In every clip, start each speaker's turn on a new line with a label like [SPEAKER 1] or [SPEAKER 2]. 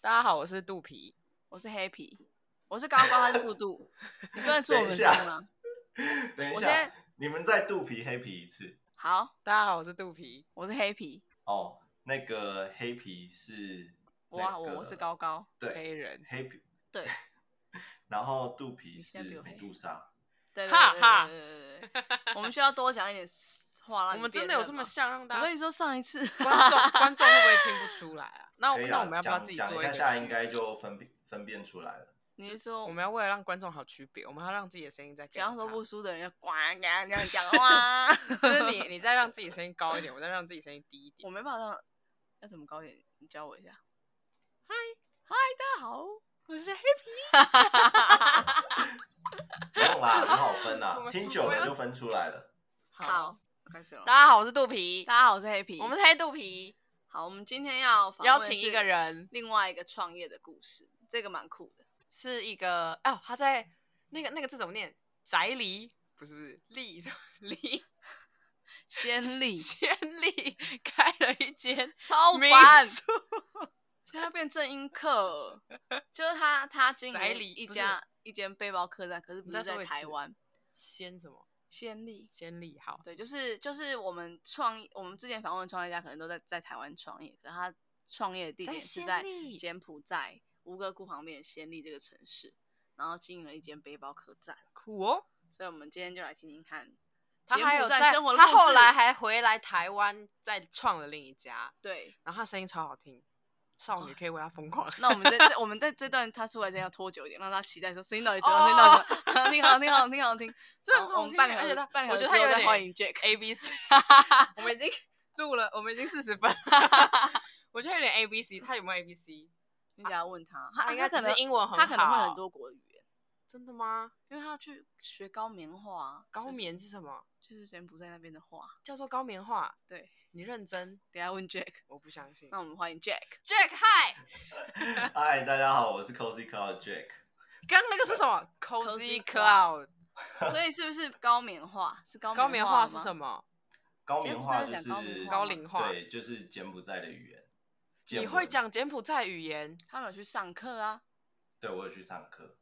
[SPEAKER 1] 大家好，我是肚皮。
[SPEAKER 2] 我是黑皮，我是高高，他是肚肚，你不能说我们
[SPEAKER 3] 等一
[SPEAKER 2] 是
[SPEAKER 3] 下
[SPEAKER 2] 吗？
[SPEAKER 3] 等一
[SPEAKER 2] 我现在
[SPEAKER 3] 下，你们再肚皮黑皮一次
[SPEAKER 2] 好，
[SPEAKER 1] 大家好，我是肚皮。
[SPEAKER 2] 我是黑皮，
[SPEAKER 3] 哦。那个黑皮是
[SPEAKER 2] 我啊
[SPEAKER 3] 那个
[SPEAKER 2] 我我是高高，
[SPEAKER 3] 对
[SPEAKER 1] 黑人，
[SPEAKER 3] 黑皮，
[SPEAKER 2] 对
[SPEAKER 3] 然后肚皮
[SPEAKER 2] 你
[SPEAKER 3] 是
[SPEAKER 2] 现在比我黑
[SPEAKER 3] 美杜莎。
[SPEAKER 2] 对对
[SPEAKER 1] 哈
[SPEAKER 2] 对
[SPEAKER 1] 哈
[SPEAKER 2] 对对对对，我们需要多讲一点话让
[SPEAKER 1] 我
[SPEAKER 2] 你
[SPEAKER 1] 们真
[SPEAKER 2] 辨
[SPEAKER 1] 的有
[SPEAKER 2] 认
[SPEAKER 1] 这
[SPEAKER 2] 吗
[SPEAKER 1] 么？像，让大
[SPEAKER 2] 我
[SPEAKER 1] 家
[SPEAKER 2] 跟你说，上一次
[SPEAKER 1] 观众观众会不会听不出来啊？那我
[SPEAKER 3] 可以
[SPEAKER 1] 那
[SPEAKER 3] 啦
[SPEAKER 1] 我们要不要
[SPEAKER 3] 讲
[SPEAKER 1] 自己
[SPEAKER 3] 讲
[SPEAKER 1] 做
[SPEAKER 3] 一下？
[SPEAKER 1] 个
[SPEAKER 3] 下
[SPEAKER 1] 区
[SPEAKER 3] 应该就分辨分辨出来了。
[SPEAKER 2] 你是说
[SPEAKER 1] 我们要为了让观众好区别，我们要让自己的声音再
[SPEAKER 2] 只要
[SPEAKER 1] 更
[SPEAKER 2] 说不
[SPEAKER 1] 不，
[SPEAKER 2] 输的人要呱呱这 样讲哇，
[SPEAKER 1] 就是你你再让自己声音高一点，我再让自己声音低一
[SPEAKER 2] 我
[SPEAKER 1] 点。
[SPEAKER 2] 没办法让要怎么高点，你教我一下。嗨嗨，大家好，
[SPEAKER 1] 我是黑
[SPEAKER 3] 不用啦，很好分
[SPEAKER 1] 我
[SPEAKER 3] 啦，
[SPEAKER 1] 们
[SPEAKER 3] 听久
[SPEAKER 1] 我要
[SPEAKER 3] 了就分出来了。
[SPEAKER 2] 好，开始了。
[SPEAKER 1] 大家好，我是肚皮，
[SPEAKER 2] 大家好，我是黑皮，
[SPEAKER 1] 我们是黑肚皮，
[SPEAKER 2] 好，我们今天要访问
[SPEAKER 1] 邀
[SPEAKER 2] 的
[SPEAKER 1] 请一
[SPEAKER 2] 是
[SPEAKER 1] 个人，
[SPEAKER 2] 另外一个创业的故事，这个蛮酷的。
[SPEAKER 1] 是一个哦，他在那个那个字怎么念？宅梨不是不是栗 梨
[SPEAKER 2] 先例
[SPEAKER 1] 仙栗开了一间
[SPEAKER 2] 超
[SPEAKER 1] 民
[SPEAKER 2] 烦，
[SPEAKER 1] 宿，
[SPEAKER 2] 现在变正音课，就是他他经
[SPEAKER 1] 宅
[SPEAKER 2] 营
[SPEAKER 1] 里
[SPEAKER 2] 一
[SPEAKER 1] 不是
[SPEAKER 2] 家一间背包客栈，可是不
[SPEAKER 1] 你再
[SPEAKER 2] 是
[SPEAKER 1] 说
[SPEAKER 2] 在
[SPEAKER 1] 一
[SPEAKER 2] 台
[SPEAKER 1] 次
[SPEAKER 2] 湾，
[SPEAKER 1] 仙什么
[SPEAKER 2] 先例。
[SPEAKER 1] 仙栗好，
[SPEAKER 2] 对，就是就是我们创，我们之前访问的创业家可能都在在台湾创业，可是他创业的地
[SPEAKER 1] 在
[SPEAKER 2] 点是
[SPEAKER 1] 暹
[SPEAKER 2] 在
[SPEAKER 1] 粒
[SPEAKER 2] 柬埔寨吴哥窟旁边的暹粒这个城市，然后经营了一间背包客栈，
[SPEAKER 1] 酷哦。
[SPEAKER 2] 所以我们今天就来听听看
[SPEAKER 1] 他
[SPEAKER 2] 柬
[SPEAKER 1] 还有
[SPEAKER 2] 埔寨
[SPEAKER 1] 在
[SPEAKER 2] 生活的
[SPEAKER 1] 他
[SPEAKER 2] 故
[SPEAKER 1] 后
[SPEAKER 2] 事
[SPEAKER 1] 来还回来台湾，再创了另一家，
[SPEAKER 2] 对。
[SPEAKER 1] 然后他声音超好听，少女可以为他疯狂。
[SPEAKER 2] 那我们在这我们在这段他出来之前要拖久一点，让他期待说声音到底怎样，
[SPEAKER 1] 哦
[SPEAKER 2] 声音到底怎样，好 听好听好听好听，
[SPEAKER 1] 真的
[SPEAKER 2] 好
[SPEAKER 1] 很好
[SPEAKER 2] 我们
[SPEAKER 1] 听
[SPEAKER 2] 半个
[SPEAKER 1] 而
[SPEAKER 2] 小
[SPEAKER 1] 且
[SPEAKER 2] 时
[SPEAKER 1] 他
[SPEAKER 2] 半个
[SPEAKER 1] 我
[SPEAKER 2] 小
[SPEAKER 1] 觉得
[SPEAKER 2] 时
[SPEAKER 1] 他
[SPEAKER 2] 之后
[SPEAKER 1] 有
[SPEAKER 2] 再
[SPEAKER 1] 点啊
[SPEAKER 2] 欢迎 Jack，
[SPEAKER 1] A B C，我 们已经录了，我们已经四十分， 我觉得有点 A B C，他有没有 A B C？
[SPEAKER 2] 你等下问他，
[SPEAKER 1] 他
[SPEAKER 2] 他
[SPEAKER 1] 应该
[SPEAKER 2] 啊他可
[SPEAKER 1] 只
[SPEAKER 2] 能
[SPEAKER 1] 是英文很
[SPEAKER 2] 他可能会很
[SPEAKER 1] 好
[SPEAKER 2] 多国语言，
[SPEAKER 1] 真的吗？
[SPEAKER 2] 因为他要去学高棉话啊，
[SPEAKER 1] 高
[SPEAKER 2] 就是
[SPEAKER 1] 棉是什么？
[SPEAKER 2] 就是柬埔寨那边的话。
[SPEAKER 1] 叫做高棉话？
[SPEAKER 2] 对，哦
[SPEAKER 1] 你认真？
[SPEAKER 2] 等一下问 Jack，
[SPEAKER 1] 我不相信
[SPEAKER 2] 那。我们欢迎 Jack。
[SPEAKER 1] Jack hi，
[SPEAKER 3] 嗨，大家好，我是 Cozy Cloud Jack。
[SPEAKER 1] 刚刚那个是什么？Cozy
[SPEAKER 2] Cozy
[SPEAKER 1] Cloud。
[SPEAKER 2] 所以是不是高棉话？是高
[SPEAKER 1] 高棉话是
[SPEAKER 2] 么？
[SPEAKER 1] 什么？
[SPEAKER 3] 高
[SPEAKER 2] 柬
[SPEAKER 3] 棉
[SPEAKER 2] 埔
[SPEAKER 3] 话
[SPEAKER 2] 寨
[SPEAKER 3] 就是
[SPEAKER 2] 讲高棉
[SPEAKER 3] 是
[SPEAKER 2] 话
[SPEAKER 1] 高龄化
[SPEAKER 3] 对，就是柬埔寨的语言。柬
[SPEAKER 1] 你
[SPEAKER 3] 埔寨
[SPEAKER 1] 会？讲柬埔寨语言？
[SPEAKER 2] 他们有去上课啊，
[SPEAKER 3] 对，我有去上课。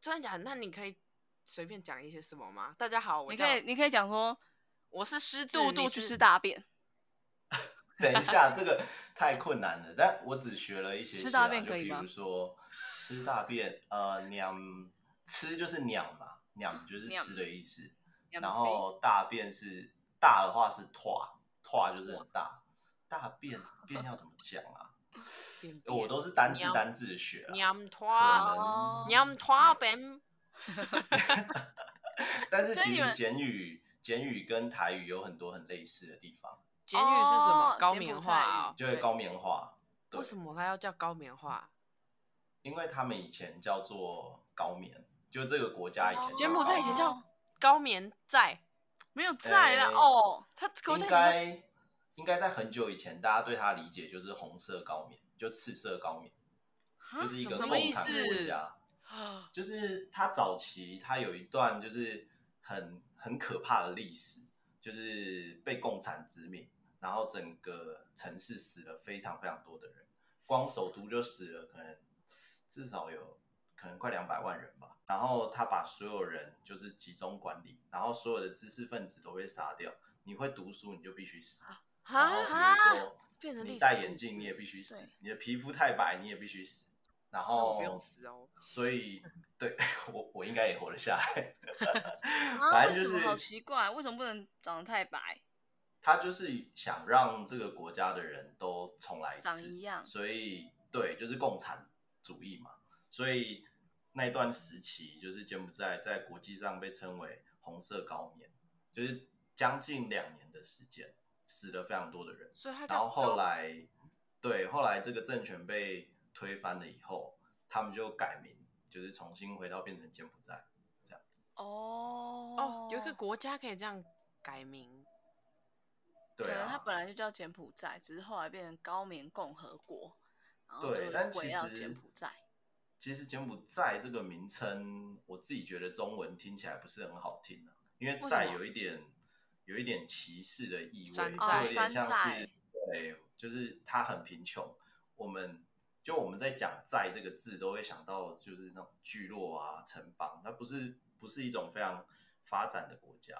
[SPEAKER 1] 真的假的？那你可以随便讲一些什么吗？大家好，我
[SPEAKER 2] 你
[SPEAKER 1] 叫
[SPEAKER 2] 可以你可以讲说
[SPEAKER 1] 我是狮子，
[SPEAKER 2] 杜
[SPEAKER 1] 你
[SPEAKER 2] 杜去吃
[SPEAKER 1] 是
[SPEAKER 2] 大便，
[SPEAKER 3] 等一下，这个太困难了。但我只学了一些些啊，
[SPEAKER 2] 吃大便
[SPEAKER 3] 就
[SPEAKER 2] 可以
[SPEAKER 3] 比
[SPEAKER 2] 吗
[SPEAKER 3] 如说吃大便，呃，鸟吃就是鸟嘛，鸟 就是
[SPEAKER 2] 鸟
[SPEAKER 3] 吃的意思。
[SPEAKER 2] 两
[SPEAKER 3] 然
[SPEAKER 2] 杯
[SPEAKER 3] 后大便是大的话是拓拓就是很大，大便便要怎么讲 啊？
[SPEAKER 1] 便便
[SPEAKER 3] 我都是单字
[SPEAKER 1] 喵
[SPEAKER 3] 单字学啊，
[SPEAKER 1] 娘
[SPEAKER 3] 可
[SPEAKER 1] 拖
[SPEAKER 2] 哦
[SPEAKER 3] 能
[SPEAKER 1] 娘拖边
[SPEAKER 3] 但是
[SPEAKER 2] 所以
[SPEAKER 3] 其
[SPEAKER 2] 你
[SPEAKER 3] 实
[SPEAKER 2] 们
[SPEAKER 3] 简语简语跟台语有很多很类似的地方，
[SPEAKER 1] 简语是什么？
[SPEAKER 2] 哦
[SPEAKER 1] 高
[SPEAKER 2] 柬埔
[SPEAKER 1] 棉
[SPEAKER 2] 寨
[SPEAKER 1] 话啊
[SPEAKER 2] 语、
[SPEAKER 3] 就是
[SPEAKER 2] 对
[SPEAKER 3] 高棉话。对
[SPEAKER 1] 为，什么它要叫高棉话？
[SPEAKER 3] 因为他们以前叫做高棉，就这个国家以前
[SPEAKER 2] 哦
[SPEAKER 1] 柬埔寨以前
[SPEAKER 3] 高棉
[SPEAKER 1] 叫高棉寨，
[SPEAKER 2] 没有在了
[SPEAKER 3] 哎
[SPEAKER 2] 哦。
[SPEAKER 1] 它国家以
[SPEAKER 3] 应
[SPEAKER 1] 前
[SPEAKER 3] 该应该在很久以前，大家对它理解就是红色高棉，就赤色高棉，
[SPEAKER 2] 啊
[SPEAKER 3] 就是一个
[SPEAKER 1] 什
[SPEAKER 3] 共
[SPEAKER 1] 么
[SPEAKER 3] 产
[SPEAKER 1] 意
[SPEAKER 3] 国
[SPEAKER 1] 思啊
[SPEAKER 3] 家。
[SPEAKER 1] 叫
[SPEAKER 3] 就是他早期他有一段就是很很可怕的历史，就是被共产殖民，然后整个城市死了非常非常多的人，光首都就死了可能至少有可能快两百万人吧。然后他把所有人就是集中管理，然后所有的知识分子都被杀掉。你会读书你就必须死，然后
[SPEAKER 1] 啊
[SPEAKER 3] 比如说
[SPEAKER 1] 变成历
[SPEAKER 3] 你
[SPEAKER 1] 史
[SPEAKER 3] 戴
[SPEAKER 1] 故
[SPEAKER 3] 眼镜
[SPEAKER 1] 事
[SPEAKER 3] 你也必须死
[SPEAKER 2] 对，
[SPEAKER 3] 你的皮肤太白你也必须死。然
[SPEAKER 1] 那
[SPEAKER 3] 后
[SPEAKER 1] 我不用死哦。
[SPEAKER 3] 所以对我我应该也活得下来。
[SPEAKER 2] 啊，
[SPEAKER 3] 反
[SPEAKER 2] 为
[SPEAKER 3] 正就
[SPEAKER 2] 什么
[SPEAKER 3] 是
[SPEAKER 2] 好奇怪？为什么不能长得太白？
[SPEAKER 3] 他就是想让这个国家的人都重来一
[SPEAKER 2] 长
[SPEAKER 3] 次，
[SPEAKER 2] 一样
[SPEAKER 3] 所以对，就是共产主义嘛。所以那段时期，就是柬埔寨在国际上被称为“红色高棉”，就是将近两年的时间，死了非常多的人。
[SPEAKER 1] 所以它
[SPEAKER 3] 然
[SPEAKER 1] 叫
[SPEAKER 3] 后后
[SPEAKER 1] 高
[SPEAKER 3] 来，对，后来这个政权被推翻了以后，他们就改名，就是重新回到变成柬埔寨。
[SPEAKER 2] 哦
[SPEAKER 1] 哦，有一个国家可以这样改名。
[SPEAKER 3] 对、啊，
[SPEAKER 2] 可能它本来就叫柬埔寨，只是后来变成高棉共和国，然后
[SPEAKER 3] 对
[SPEAKER 2] 就，
[SPEAKER 3] 但
[SPEAKER 2] 围
[SPEAKER 3] 其
[SPEAKER 2] 绕
[SPEAKER 3] 实
[SPEAKER 2] 柬埔寨。
[SPEAKER 3] 其实柬埔寨这个名称，我自己觉得中文听起来不是很好听、啊、因为
[SPEAKER 1] 为什
[SPEAKER 3] 寨
[SPEAKER 1] 么
[SPEAKER 3] 有一点有一点歧视的意味，
[SPEAKER 1] 山
[SPEAKER 3] 就
[SPEAKER 1] 寨
[SPEAKER 3] 有点
[SPEAKER 2] 山
[SPEAKER 3] 像
[SPEAKER 2] 寨
[SPEAKER 3] 是对，就是他很贫穷，我们就我们在讲“在”这个字，都会想到就是那种聚落啊、城邦，它不是不是一种非常发展的国家。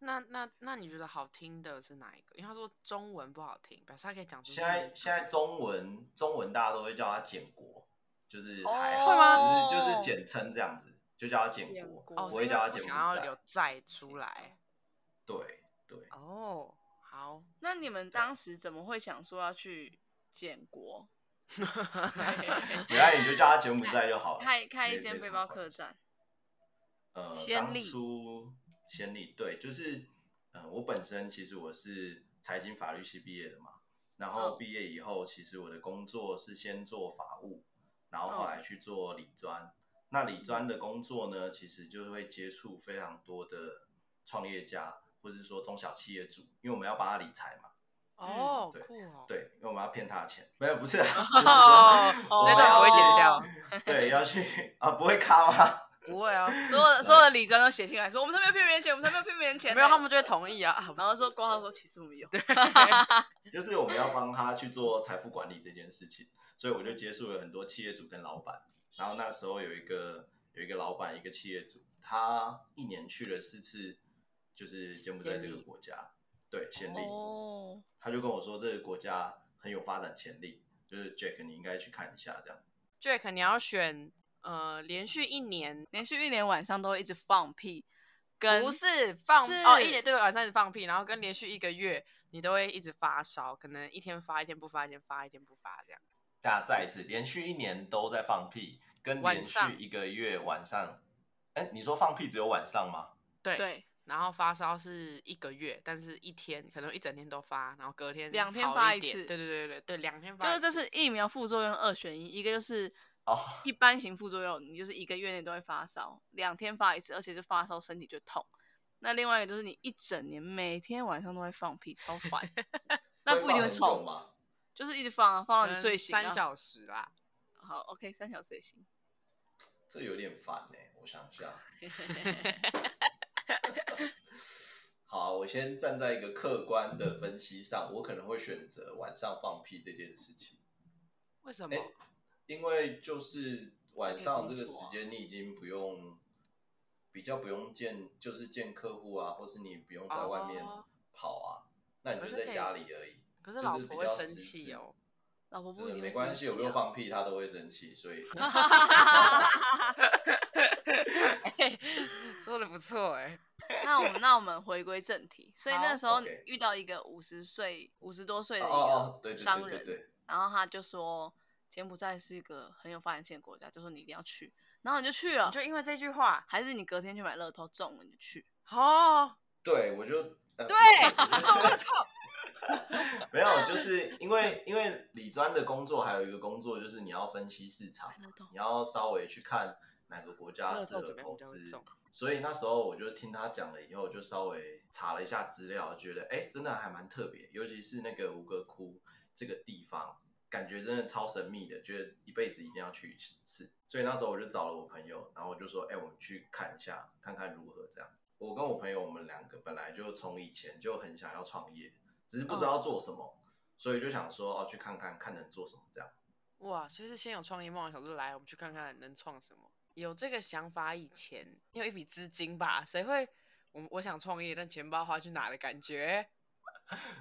[SPEAKER 1] 那那那你觉得好听的是哪一个？因为他说中文不好听，表示他可以讲出
[SPEAKER 3] 现在
[SPEAKER 1] 中
[SPEAKER 3] 现在中文中文大家都会叫它建国，就是还
[SPEAKER 2] 哦
[SPEAKER 3] 好，
[SPEAKER 1] 会吗
[SPEAKER 3] 就是就是简称这样子，就叫它建
[SPEAKER 2] 建
[SPEAKER 3] 国，
[SPEAKER 2] 国
[SPEAKER 1] 文哦，
[SPEAKER 3] 不
[SPEAKER 1] 是
[SPEAKER 3] 会
[SPEAKER 1] 因
[SPEAKER 3] 叫
[SPEAKER 1] 为
[SPEAKER 3] 它
[SPEAKER 1] 不
[SPEAKER 3] 柬埔
[SPEAKER 1] 想要
[SPEAKER 3] 寨
[SPEAKER 1] 留寨出来
[SPEAKER 3] 对对，
[SPEAKER 1] 哦。 好，
[SPEAKER 2] 那你们当时怎么会想说要去建国，
[SPEAKER 3] 原来你就叫它柬埔寨就好了。
[SPEAKER 2] 开开一
[SPEAKER 3] 没
[SPEAKER 2] 间
[SPEAKER 3] 没
[SPEAKER 2] 背
[SPEAKER 3] 什么
[SPEAKER 2] 包
[SPEAKER 3] 关
[SPEAKER 2] 客
[SPEAKER 3] 系
[SPEAKER 2] 栈？
[SPEAKER 3] 呃，
[SPEAKER 1] 先
[SPEAKER 3] 当
[SPEAKER 1] 例
[SPEAKER 3] 初先例对，就是呃，我本身其实我是财经法律系毕业的嘛，然后
[SPEAKER 1] 哦
[SPEAKER 2] 嗯
[SPEAKER 3] 毕业以后，其实我的工作是先做法务，然后
[SPEAKER 2] 嗯
[SPEAKER 3] 后来去做理专。那理专的工作呢，其实就会接触非常多的创业家，或是说中小企业主，因为我们要帮他理财嘛，
[SPEAKER 1] 哦，
[SPEAKER 3] 嗯对
[SPEAKER 1] 酷哦，
[SPEAKER 3] 对，因为我们要骗他的钱，没有不是啊，
[SPEAKER 1] 哦
[SPEAKER 3] 就是说我
[SPEAKER 1] 这
[SPEAKER 3] 们
[SPEAKER 1] 段
[SPEAKER 3] 要
[SPEAKER 1] 不会剪
[SPEAKER 3] 去
[SPEAKER 2] 哦
[SPEAKER 1] 掉，
[SPEAKER 3] 对，要去啊，不会卡吗？
[SPEAKER 1] 不会啊，
[SPEAKER 2] 所有的所有的理专都写信来说，我们才没有骗别人钱，我们才没有骗别人钱 呢。
[SPEAKER 1] 没有他们就会同意啊啊。
[SPEAKER 2] 然后说光浩说其实我们有，
[SPEAKER 3] 就是我们要帮他去做财富管理这件事情，所以我就接触了很多企业主跟老板。然后那时候有一个有一个老板，一个企业主，他一年去了四次，就是柬埔寨这
[SPEAKER 1] 暹
[SPEAKER 3] 个
[SPEAKER 1] 粒
[SPEAKER 3] 国家，对，暹粒，
[SPEAKER 2] 哦，
[SPEAKER 3] 他就跟我说这个国家很有发展潜力，就是 Jack 你应该去看一下这样。
[SPEAKER 1] Jack，你要选呃连续一年，
[SPEAKER 2] 连续一年晚上都会一直放屁，跟
[SPEAKER 1] 不是放
[SPEAKER 2] 是
[SPEAKER 1] 哦一年对晚上一直放屁，然后跟连续一个月你都会一直发烧，可能一天发一天不发，一天发一天不发这样。
[SPEAKER 3] 大家再一次，连续一年都在放屁，跟
[SPEAKER 1] 晚
[SPEAKER 3] 连续
[SPEAKER 1] 上
[SPEAKER 3] 一个月晚上，哎，你说放屁只有晚上吗？
[SPEAKER 1] 对，
[SPEAKER 2] 对
[SPEAKER 1] 然后发烧是一个月，但是一天可能一整天都发，然后隔天
[SPEAKER 2] 两天
[SPEAKER 1] 好
[SPEAKER 2] 发
[SPEAKER 1] 一
[SPEAKER 2] 一
[SPEAKER 1] 点
[SPEAKER 2] 次
[SPEAKER 1] 对对对对对，两天发
[SPEAKER 2] 就
[SPEAKER 1] 一
[SPEAKER 2] 是
[SPEAKER 1] 次，
[SPEAKER 2] 这是疫苗副作用二选一，一个就是
[SPEAKER 3] 哦
[SPEAKER 2] 一般型副作用，你就是一个月内都会发烧，两天发一次，而且就发烧身体就痛。那另外一个就是你一整年每天晚上都会放屁，超 烦。 那不一定会
[SPEAKER 3] 会放很久
[SPEAKER 2] 臭，
[SPEAKER 3] 吗？
[SPEAKER 2] 就是一直放啊，
[SPEAKER 1] 可
[SPEAKER 2] 放到你
[SPEAKER 1] 能
[SPEAKER 2] 睡醒、啊。
[SPEAKER 1] 三小时啦。
[SPEAKER 2] 好，OK，三小时也行。
[SPEAKER 3] 这有点烦哎、我想一下。 好，我先站在一个客观的分析上，我可能会选择晚上放屁这件事情，
[SPEAKER 1] 为什么？
[SPEAKER 3] 哎因为就是晚上这个时
[SPEAKER 1] 啊
[SPEAKER 2] 还可
[SPEAKER 3] 间，你已经不用比较不用见，就是见客户啊，或是你不用在外面
[SPEAKER 1] 哦
[SPEAKER 3] 跑啊，那你
[SPEAKER 1] 可
[SPEAKER 3] 就是在
[SPEAKER 1] 可以
[SPEAKER 3] 家里而已。
[SPEAKER 1] 可
[SPEAKER 3] 就是
[SPEAKER 1] 老
[SPEAKER 3] 比
[SPEAKER 1] 婆会
[SPEAKER 3] 较
[SPEAKER 1] 生
[SPEAKER 3] 实
[SPEAKER 1] 气
[SPEAKER 3] 质
[SPEAKER 1] 哦。
[SPEAKER 2] 老婆不一
[SPEAKER 3] 真的
[SPEAKER 2] 定
[SPEAKER 3] 没
[SPEAKER 2] 会
[SPEAKER 3] 关
[SPEAKER 2] 生
[SPEAKER 3] 系，
[SPEAKER 2] 气
[SPEAKER 3] 我又
[SPEAKER 2] 啊
[SPEAKER 3] 放屁，他都会生 气，所以哦
[SPEAKER 1] 说的不错哎、
[SPEAKER 2] 那我们那我们回归正题，所以
[SPEAKER 1] 好
[SPEAKER 2] 那时候
[SPEAKER 3] OK
[SPEAKER 2] 遇到一个五十岁、五十多岁
[SPEAKER 3] 哦
[SPEAKER 2] 的
[SPEAKER 3] 哦，哦
[SPEAKER 2] 一
[SPEAKER 3] 对
[SPEAKER 2] 个
[SPEAKER 3] 对
[SPEAKER 2] 商
[SPEAKER 3] 对
[SPEAKER 2] 人，
[SPEAKER 3] 对对，
[SPEAKER 2] 然后他就说柬埔寨是一个很有发展性的国家，就说你一定要去，然后你就去了
[SPEAKER 1] 你，就因为这句话
[SPEAKER 2] 还是你隔天去买乐透中了你就去，
[SPEAKER 1] 哦，
[SPEAKER 3] 对我就呃对
[SPEAKER 1] 对，
[SPEAKER 3] 没有，就是因为因为理专的工作还有一个工作就是你要分析市场，
[SPEAKER 2] 买乐透
[SPEAKER 3] 你要稍微去看哪个国家
[SPEAKER 1] 乐
[SPEAKER 3] 适
[SPEAKER 1] 透
[SPEAKER 3] 合
[SPEAKER 1] 怎么样
[SPEAKER 3] 投
[SPEAKER 1] 比较会
[SPEAKER 3] 资
[SPEAKER 1] 中。
[SPEAKER 3] 所以那时候我就听他讲了以后，就稍微查了一下资料，觉得哎、诶真的还蛮特别，尤其是那个吴哥窟这个地方，感觉真的超神秘的，觉得一辈子一定要去一次。所以那时候我就找了我朋友，然后我就说，哎、我们去看一下，看看如何这样。我跟我朋友，我们两个本来就从以前就很想要创业，只是不知道做什么，所以就想说，哦，去看看看能做什么这样。
[SPEAKER 1] 哇，所以是先有创业梦，想说来我们去看看能创什么。有这个想法以前，你有一笔资金吧？谁会我我想创业，但钱包花去哪的感觉？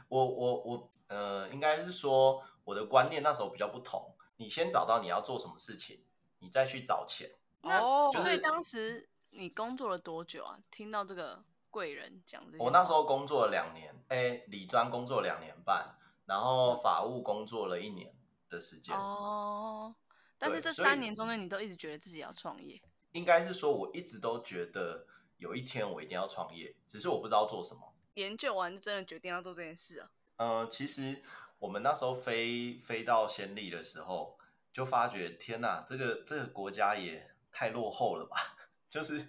[SPEAKER 3] 我我我，呃，应该是说我的观念那时候比较不同。你先找到你要做什么事情，你再去找钱。
[SPEAKER 2] 那
[SPEAKER 1] 哦，
[SPEAKER 3] 就是
[SPEAKER 2] 所以当时你工作了多久啊？听到这个贵人讲这些话，
[SPEAKER 3] 我那时候工作了两年，哎、理专工作两年半，然后法务工作了一年的时间。
[SPEAKER 2] 哦，但是
[SPEAKER 3] 对
[SPEAKER 2] 这
[SPEAKER 3] 所
[SPEAKER 2] 三
[SPEAKER 3] 以
[SPEAKER 2] 年中间你都一直觉得自己要创业，
[SPEAKER 3] 应该是说我一直都觉得有一天我一定要创业，只是我不知道做什么。
[SPEAKER 2] 研究完就真的决定要做这件事啊。
[SPEAKER 3] 呃，其实我们那时候飞飞到暹粒的时候，就发觉天呐，这个这个国家也太落后了吧， 就是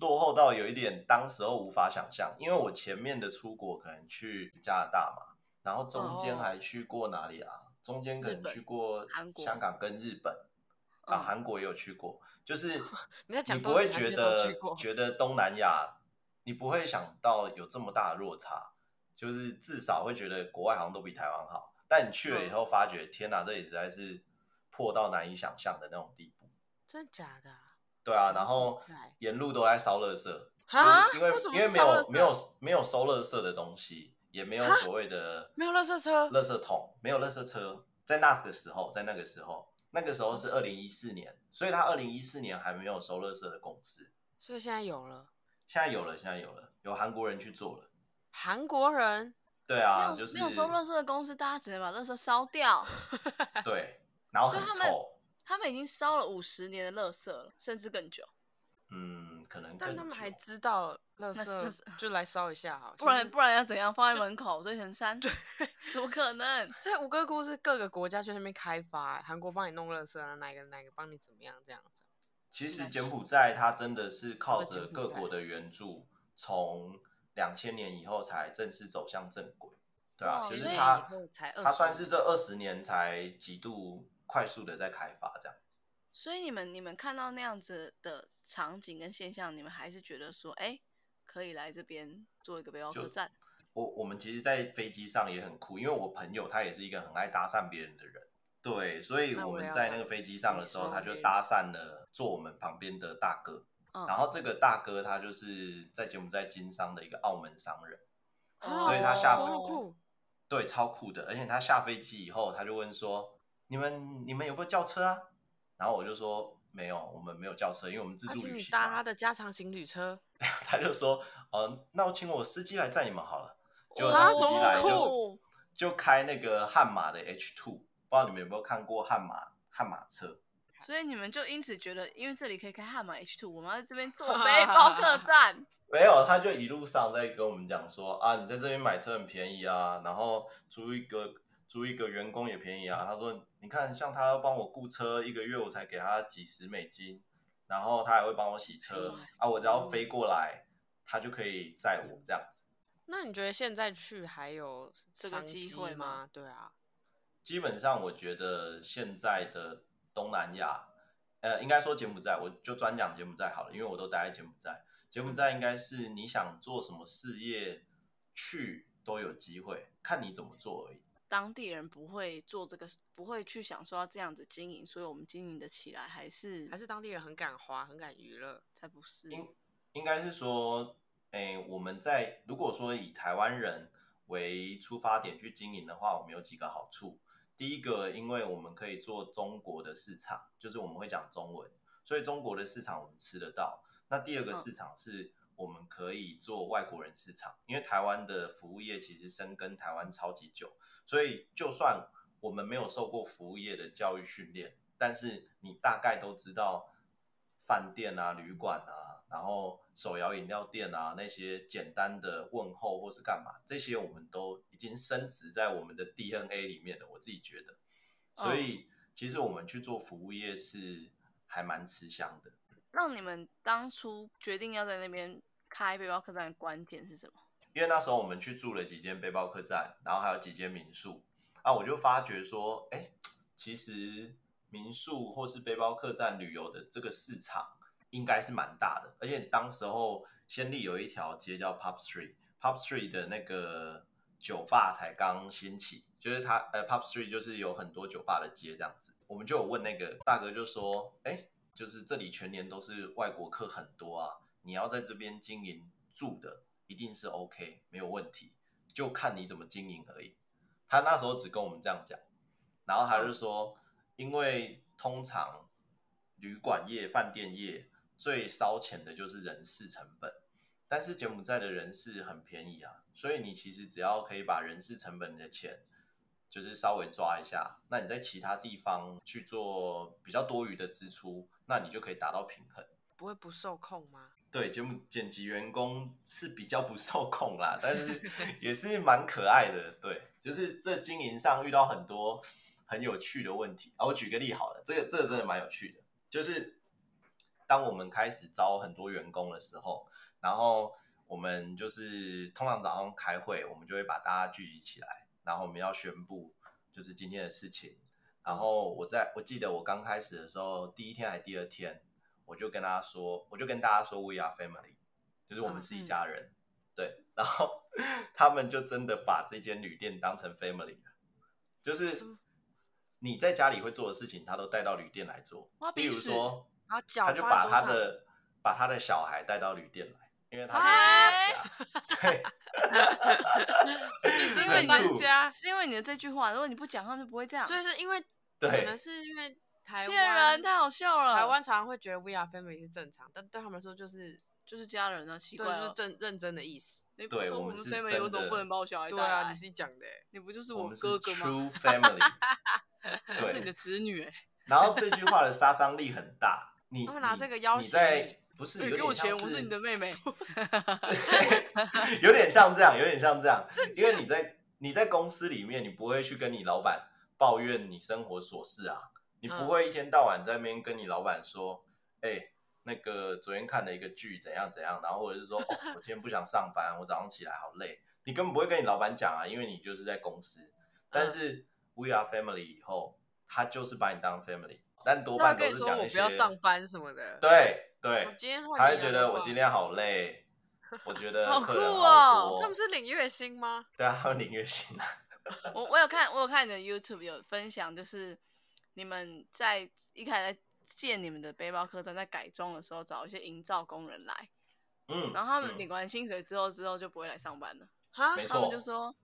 [SPEAKER 3] 落后到有一点当时候无法想象。因为我前面的出国可能去加拿大嘛，然后中间
[SPEAKER 1] 哦
[SPEAKER 3] 还去过哪里啊？中间可
[SPEAKER 2] 日
[SPEAKER 3] 能
[SPEAKER 2] 本
[SPEAKER 3] 去过
[SPEAKER 2] 韩国
[SPEAKER 3] 香港跟日本啊，韩国也有去过，就是
[SPEAKER 1] 嗯 你在讲
[SPEAKER 3] 你
[SPEAKER 1] 多
[SPEAKER 3] 不会
[SPEAKER 1] 久还
[SPEAKER 3] 觉
[SPEAKER 1] 是都
[SPEAKER 3] 得
[SPEAKER 1] 去过
[SPEAKER 3] 觉得东南亚，你不会想到有这么大的落差，就是至少会觉得国外好像都比台湾好，但你去了以后发觉，天哪，这里实在是破到难以想象的那种地步。
[SPEAKER 1] 真假的啊？
[SPEAKER 3] 对啊，然后
[SPEAKER 1] 在
[SPEAKER 3] 沿路都在烧垃圾，
[SPEAKER 1] 哈
[SPEAKER 3] 就是因为
[SPEAKER 1] 啊为什么
[SPEAKER 3] 因为
[SPEAKER 1] 是
[SPEAKER 3] 没
[SPEAKER 1] 烧垃圾
[SPEAKER 3] 有
[SPEAKER 1] 啊
[SPEAKER 3] 没有没有收垃圾的东西，也没有
[SPEAKER 1] 哈
[SPEAKER 3] 所谓的
[SPEAKER 1] 没有垃圾车
[SPEAKER 3] 垃圾桶，没有垃圾车。在那个时候，在那个时候，那个时候是二零一四年，所以他二零一四年还没有收垃圾的共识。
[SPEAKER 1] 所以现在有了
[SPEAKER 3] 现在有了，现在有了，有韩国人去做了。
[SPEAKER 1] 韩国人，
[SPEAKER 3] 对
[SPEAKER 2] 没
[SPEAKER 3] 啊，
[SPEAKER 2] 有、
[SPEAKER 3] 就是
[SPEAKER 2] 没有收垃圾的公司，大家直接把垃圾烧掉。
[SPEAKER 3] 对，然后
[SPEAKER 2] 所以
[SPEAKER 3] 很
[SPEAKER 2] 他们
[SPEAKER 3] 臭，
[SPEAKER 2] 他们已经烧了五十年的垃圾了，甚至更久。
[SPEAKER 3] 嗯，可能更
[SPEAKER 1] 但
[SPEAKER 3] 久。
[SPEAKER 1] 他们还知道垃
[SPEAKER 2] 那是
[SPEAKER 1] 圾就来烧一下好，
[SPEAKER 2] 不然
[SPEAKER 1] 其实
[SPEAKER 2] 不然要怎样？放在门口堆成山？怎么可 能？
[SPEAKER 1] 这五个菇是各个国家去那边开发，韩国帮你弄垃圾啊，哪个哪个帮你怎么样这样子。
[SPEAKER 3] 其实柬埔寨它真的是靠
[SPEAKER 1] 哦
[SPEAKER 3] 着
[SPEAKER 1] 柬埔
[SPEAKER 3] 各
[SPEAKER 1] 寨
[SPEAKER 3] 国的援助，从两千年以后才正式走向正轨，对啊，
[SPEAKER 2] 哇
[SPEAKER 3] 其实
[SPEAKER 2] 所以
[SPEAKER 3] 它
[SPEAKER 1] 哦以后才
[SPEAKER 3] 它算
[SPEAKER 1] 25
[SPEAKER 3] 是这二十年才极度快速的在开发这样。
[SPEAKER 2] 所以你们你们看到那样子的场景跟现象，你们还是觉得说，哎、可以来这边做一个背包客
[SPEAKER 3] 就
[SPEAKER 2] 栈。
[SPEAKER 3] 我我们其实，在飞机上也很酷，因为我朋友他也是一个很爱搭讪别人的人，对，所以
[SPEAKER 1] 那
[SPEAKER 3] 我
[SPEAKER 1] 我
[SPEAKER 3] 们
[SPEAKER 1] 要
[SPEAKER 3] 在
[SPEAKER 1] 搭
[SPEAKER 3] 那个飞机上的时候，
[SPEAKER 1] 你说
[SPEAKER 3] 他就
[SPEAKER 1] 别人
[SPEAKER 3] 搭讪了坐我们旁边的大哥，
[SPEAKER 2] 嗯，
[SPEAKER 3] 然后这个大哥他就是在柬埔寨经商的一个澳门商人。
[SPEAKER 1] 啊
[SPEAKER 3] 所以他下
[SPEAKER 1] 走
[SPEAKER 3] 飞
[SPEAKER 1] 路酷，
[SPEAKER 3] 对，超酷的。而且他下飞机以后，他就问说：“你们你们有没有叫车啊？”然后我就说：“没有，我们没有叫车，因为我们自
[SPEAKER 1] 他
[SPEAKER 3] 助
[SPEAKER 1] 请
[SPEAKER 3] 旅
[SPEAKER 1] 你
[SPEAKER 3] 行
[SPEAKER 1] 啊搭他
[SPEAKER 3] 嘛。
[SPEAKER 1] 的家常行旅车，
[SPEAKER 3] 他就说：“哦，那我请我司机来载你们好了。”结果
[SPEAKER 2] 哇
[SPEAKER 3] 他司
[SPEAKER 1] 这
[SPEAKER 3] 机
[SPEAKER 1] 么
[SPEAKER 3] 来就
[SPEAKER 2] 酷
[SPEAKER 3] 就开那个悍马的 H two，不知道你们有没有看过悍马悍马车？
[SPEAKER 2] 所以你们就因此觉得，因为这里可以开悍马 H two，我们要在这边做背包客栈。
[SPEAKER 3] 没有，他就一路上在跟我们讲说啊，你在这边买车很便宜啊，然后租一个租一个员工也便宜啊。他说，你看像他帮我雇车，一个月我才给他几十美金，然后他还会帮我洗车
[SPEAKER 2] 哇
[SPEAKER 3] 啊，我只要飞过来，他就可以载我这样子。
[SPEAKER 1] 那你觉得现在去还有
[SPEAKER 2] 这个
[SPEAKER 1] 商
[SPEAKER 2] 机
[SPEAKER 1] 机
[SPEAKER 2] 会吗
[SPEAKER 1] 吗？对啊，
[SPEAKER 3] 基本上我觉得现在的东南亚，呃，应该说柬埔寨，我就专讲柬埔寨好了，因为我都待在柬埔寨。柬埔寨应该是你想做什么事业去都有机会，看你怎么做而已。
[SPEAKER 2] 当地人不会做这个，不会去想说要这样子经营，所以我们经营的起来还是
[SPEAKER 1] 还是当地人很敢花，很敢娱乐。
[SPEAKER 2] 才不是。
[SPEAKER 3] 应应该是说，诶、我们在如果说以台湾人为出发点去经营的话，我们有几个好处。第一个，因为我们可以做中国的市场，就是我们会讲中文，所以中国的市场我们吃得到。那第二个
[SPEAKER 2] 嗯
[SPEAKER 3] 市场是我们可以做外国人市场，因为台湾的服务业其实深耕台湾超级久，所以就算我们没有受过服务业的教育训练，但是你大概都知道饭店啊、旅馆啊，然后手摇饮料店啊那些简单的问候或是干嘛，这些我们都已经深植在我们的 DNA 里面了。我自己觉得，所以其实我们去做服务业是还蛮吃香的。
[SPEAKER 2] 让你们当初决定要在那边开背包客栈的关键是什么？
[SPEAKER 3] 因为那时候我们去住了几间背包客栈，然后还有几间民宿啊，我就发觉说，哎、其实民宿或是背包客栈旅游的这个市场应该是蛮大的，而且当时候先立有一条街叫 Pub Street，Pub Street 的那个酒吧才刚兴起，就是它呃 Pub Street 就是有很多酒吧的街这样子，我们就有问那个大哥就说，哎、就是这里全年都是外国客很多啊，你要在这边经营住的，一定是 OK，没有问题，就看你怎么经营而已。他那时候只跟我们这样讲，然后他就说，因为通常旅馆业、饭店业最烧钱的就是人事成本，但是柬埔寨的人事很便宜啊，所以你其实只要可以把人事成本的钱。就是稍微抓一下，那你在其他地方去做比较多余的支出，那你就可以达到平衡。
[SPEAKER 1] 不会不受控吗？
[SPEAKER 3] 对，节目剪辑员工是比较不受控啦，但是也是蛮可爱的。对，就是这经营上遇到很多很有趣的问题。啊，我举个例好了，这个这个真的蛮有趣的，就是当我们开始招很多员工的时候，然后我们就是通常早上开会，我们就会把大家聚集起来，然后我们要宣布就是今天的事情。然后我在我记得我刚开始的时候，第一天还第二天，我就跟他说，我就跟大家说 we are family，就是
[SPEAKER 1] 嗯
[SPEAKER 3] 我们是一家人。对，然后 他们就真的把这间旅店当成 family 了，就是
[SPEAKER 1] 什么
[SPEAKER 3] 你在家里会做的事情，他都带到旅店来做
[SPEAKER 2] 挖。
[SPEAKER 3] 比
[SPEAKER 2] 鼻
[SPEAKER 3] 如
[SPEAKER 2] 屎
[SPEAKER 3] 说，
[SPEAKER 1] 然后脚
[SPEAKER 3] 他就
[SPEAKER 1] 放在
[SPEAKER 3] 把
[SPEAKER 1] 桌
[SPEAKER 3] 他
[SPEAKER 1] 上，
[SPEAKER 3] 的把他的小孩带到旅店来，因为他
[SPEAKER 2] 哎
[SPEAKER 3] 就是搬家。对，
[SPEAKER 2] 是因为
[SPEAKER 3] 很
[SPEAKER 2] 你的啊
[SPEAKER 3] 酷
[SPEAKER 1] 家
[SPEAKER 2] 是因为你的这句话，如果你不讲，他们就不会这样。
[SPEAKER 1] 所以是因为
[SPEAKER 3] 对
[SPEAKER 1] 可能是因为台
[SPEAKER 2] 啊骗人，
[SPEAKER 1] 湾
[SPEAKER 2] 太好笑了。
[SPEAKER 1] 台湾常常会觉得 we are family 是正常，但对他们来说就是
[SPEAKER 2] 就是家人啊，奇
[SPEAKER 1] 对，
[SPEAKER 2] 怪
[SPEAKER 1] 就是
[SPEAKER 2] 了。
[SPEAKER 1] 正认真的意思。
[SPEAKER 2] 你不
[SPEAKER 3] 对
[SPEAKER 2] 说
[SPEAKER 3] 我
[SPEAKER 2] 我
[SPEAKER 3] 们
[SPEAKER 2] 们
[SPEAKER 3] 是
[SPEAKER 2] family，
[SPEAKER 3] 真
[SPEAKER 2] 我总
[SPEAKER 3] 的
[SPEAKER 2] 不能把我小孩带
[SPEAKER 1] 对啊，你
[SPEAKER 2] 来
[SPEAKER 1] 自？己讲的欸，
[SPEAKER 2] 你不就是
[SPEAKER 3] 我们是
[SPEAKER 2] 哥哥吗？
[SPEAKER 3] True family。
[SPEAKER 2] 我是你
[SPEAKER 3] 对
[SPEAKER 2] 的，侄女哎。
[SPEAKER 3] 然后这句话的杀伤力很大。你
[SPEAKER 1] 他会拿
[SPEAKER 3] 你
[SPEAKER 1] 这个要
[SPEAKER 3] 你
[SPEAKER 1] 挟
[SPEAKER 3] 在
[SPEAKER 1] 你
[SPEAKER 3] 不是
[SPEAKER 2] 你
[SPEAKER 3] 有
[SPEAKER 2] 给我
[SPEAKER 3] 点
[SPEAKER 2] 钱，
[SPEAKER 3] 像
[SPEAKER 2] 我是你的妹 妹。
[SPEAKER 3] 对 有点像这样，有点像这样，因为你在你在公司里面，你不会去跟你老板抱怨你生活琐事啊，你不
[SPEAKER 1] 嗯
[SPEAKER 3] 会一天到晚在那边跟你老板说，哎、那个昨天看了一个剧怎样怎样，然后或者是说，哦，我今天不想上班，我早上起来好累，你根本不会跟你老板讲啊，因为你就是在公司。但
[SPEAKER 1] 嗯
[SPEAKER 3] 是 We Are Family 以后，他就是把你当 family，但多
[SPEAKER 1] 他
[SPEAKER 3] 半
[SPEAKER 1] 会跟你
[SPEAKER 3] 都是
[SPEAKER 1] 说
[SPEAKER 3] 讲
[SPEAKER 1] 我
[SPEAKER 3] 一
[SPEAKER 1] 不
[SPEAKER 3] 些
[SPEAKER 1] 要上班嗯什么的。，
[SPEAKER 3] 对对
[SPEAKER 1] 我，今天换
[SPEAKER 3] 他
[SPEAKER 1] 你
[SPEAKER 3] 会
[SPEAKER 1] 了好
[SPEAKER 3] 觉得
[SPEAKER 1] 不
[SPEAKER 3] 我
[SPEAKER 1] 好
[SPEAKER 3] 今天好累，我 觉得
[SPEAKER 2] 好
[SPEAKER 3] 客人
[SPEAKER 2] 酷
[SPEAKER 3] 好
[SPEAKER 2] 哦
[SPEAKER 3] 多
[SPEAKER 1] 他们是领月薪吗？
[SPEAKER 3] 对啊，他们领月薪啊，
[SPEAKER 2] 我我有看，我有看你的 YouTube 有分享，就是你们在一开始在建你们的背包客栈，在改装的时候找一些营造工人来，
[SPEAKER 3] 嗯，
[SPEAKER 2] 然后他们
[SPEAKER 3] 嗯
[SPEAKER 2] 领完薪水之后，之后就不会来上班了。
[SPEAKER 1] 哈，
[SPEAKER 3] 没
[SPEAKER 2] 他们就
[SPEAKER 3] 错
[SPEAKER 2] 说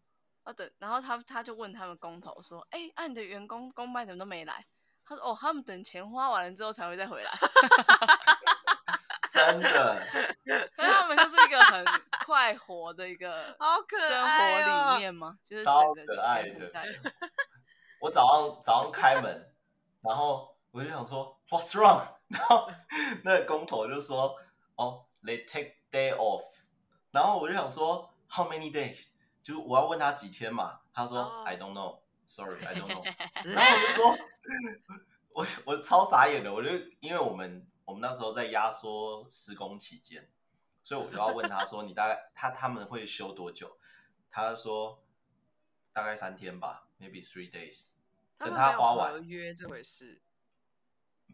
[SPEAKER 2] 要等，然后他他就问他们工头说：“哎、按、你的员工公办怎么都没来？”他说：“哦，他们等钱花完了之后才会再回来。
[SPEAKER 3] 真的，”
[SPEAKER 2] 可是他们就是一个很快活的一个
[SPEAKER 1] 好可
[SPEAKER 2] 生
[SPEAKER 1] 爱
[SPEAKER 2] 活
[SPEAKER 1] 哦
[SPEAKER 2] 理念吗？就是
[SPEAKER 3] 超
[SPEAKER 2] 整个
[SPEAKER 3] 可爱
[SPEAKER 2] 柬埔
[SPEAKER 3] 的
[SPEAKER 2] 寨
[SPEAKER 3] 我早上早上开门，然后我就想说 What's wrong？然 后那个工头就说哦，They take day off。然后我就想说 How many days？就是我要问他几天嘛，他说、
[SPEAKER 1] 哦
[SPEAKER 3] I don't know，Sorry，I don't know。然
[SPEAKER 1] 哎
[SPEAKER 3] 后我就说，我 我超傻眼的，我就因为我们我们那时候在压缩施工期间，所以我就要问他说，你大概他他们会休多久？他就说大概三天吧，maybe three days。
[SPEAKER 1] 他们
[SPEAKER 3] 等他
[SPEAKER 1] 没有
[SPEAKER 3] 花完
[SPEAKER 1] 合约这回事。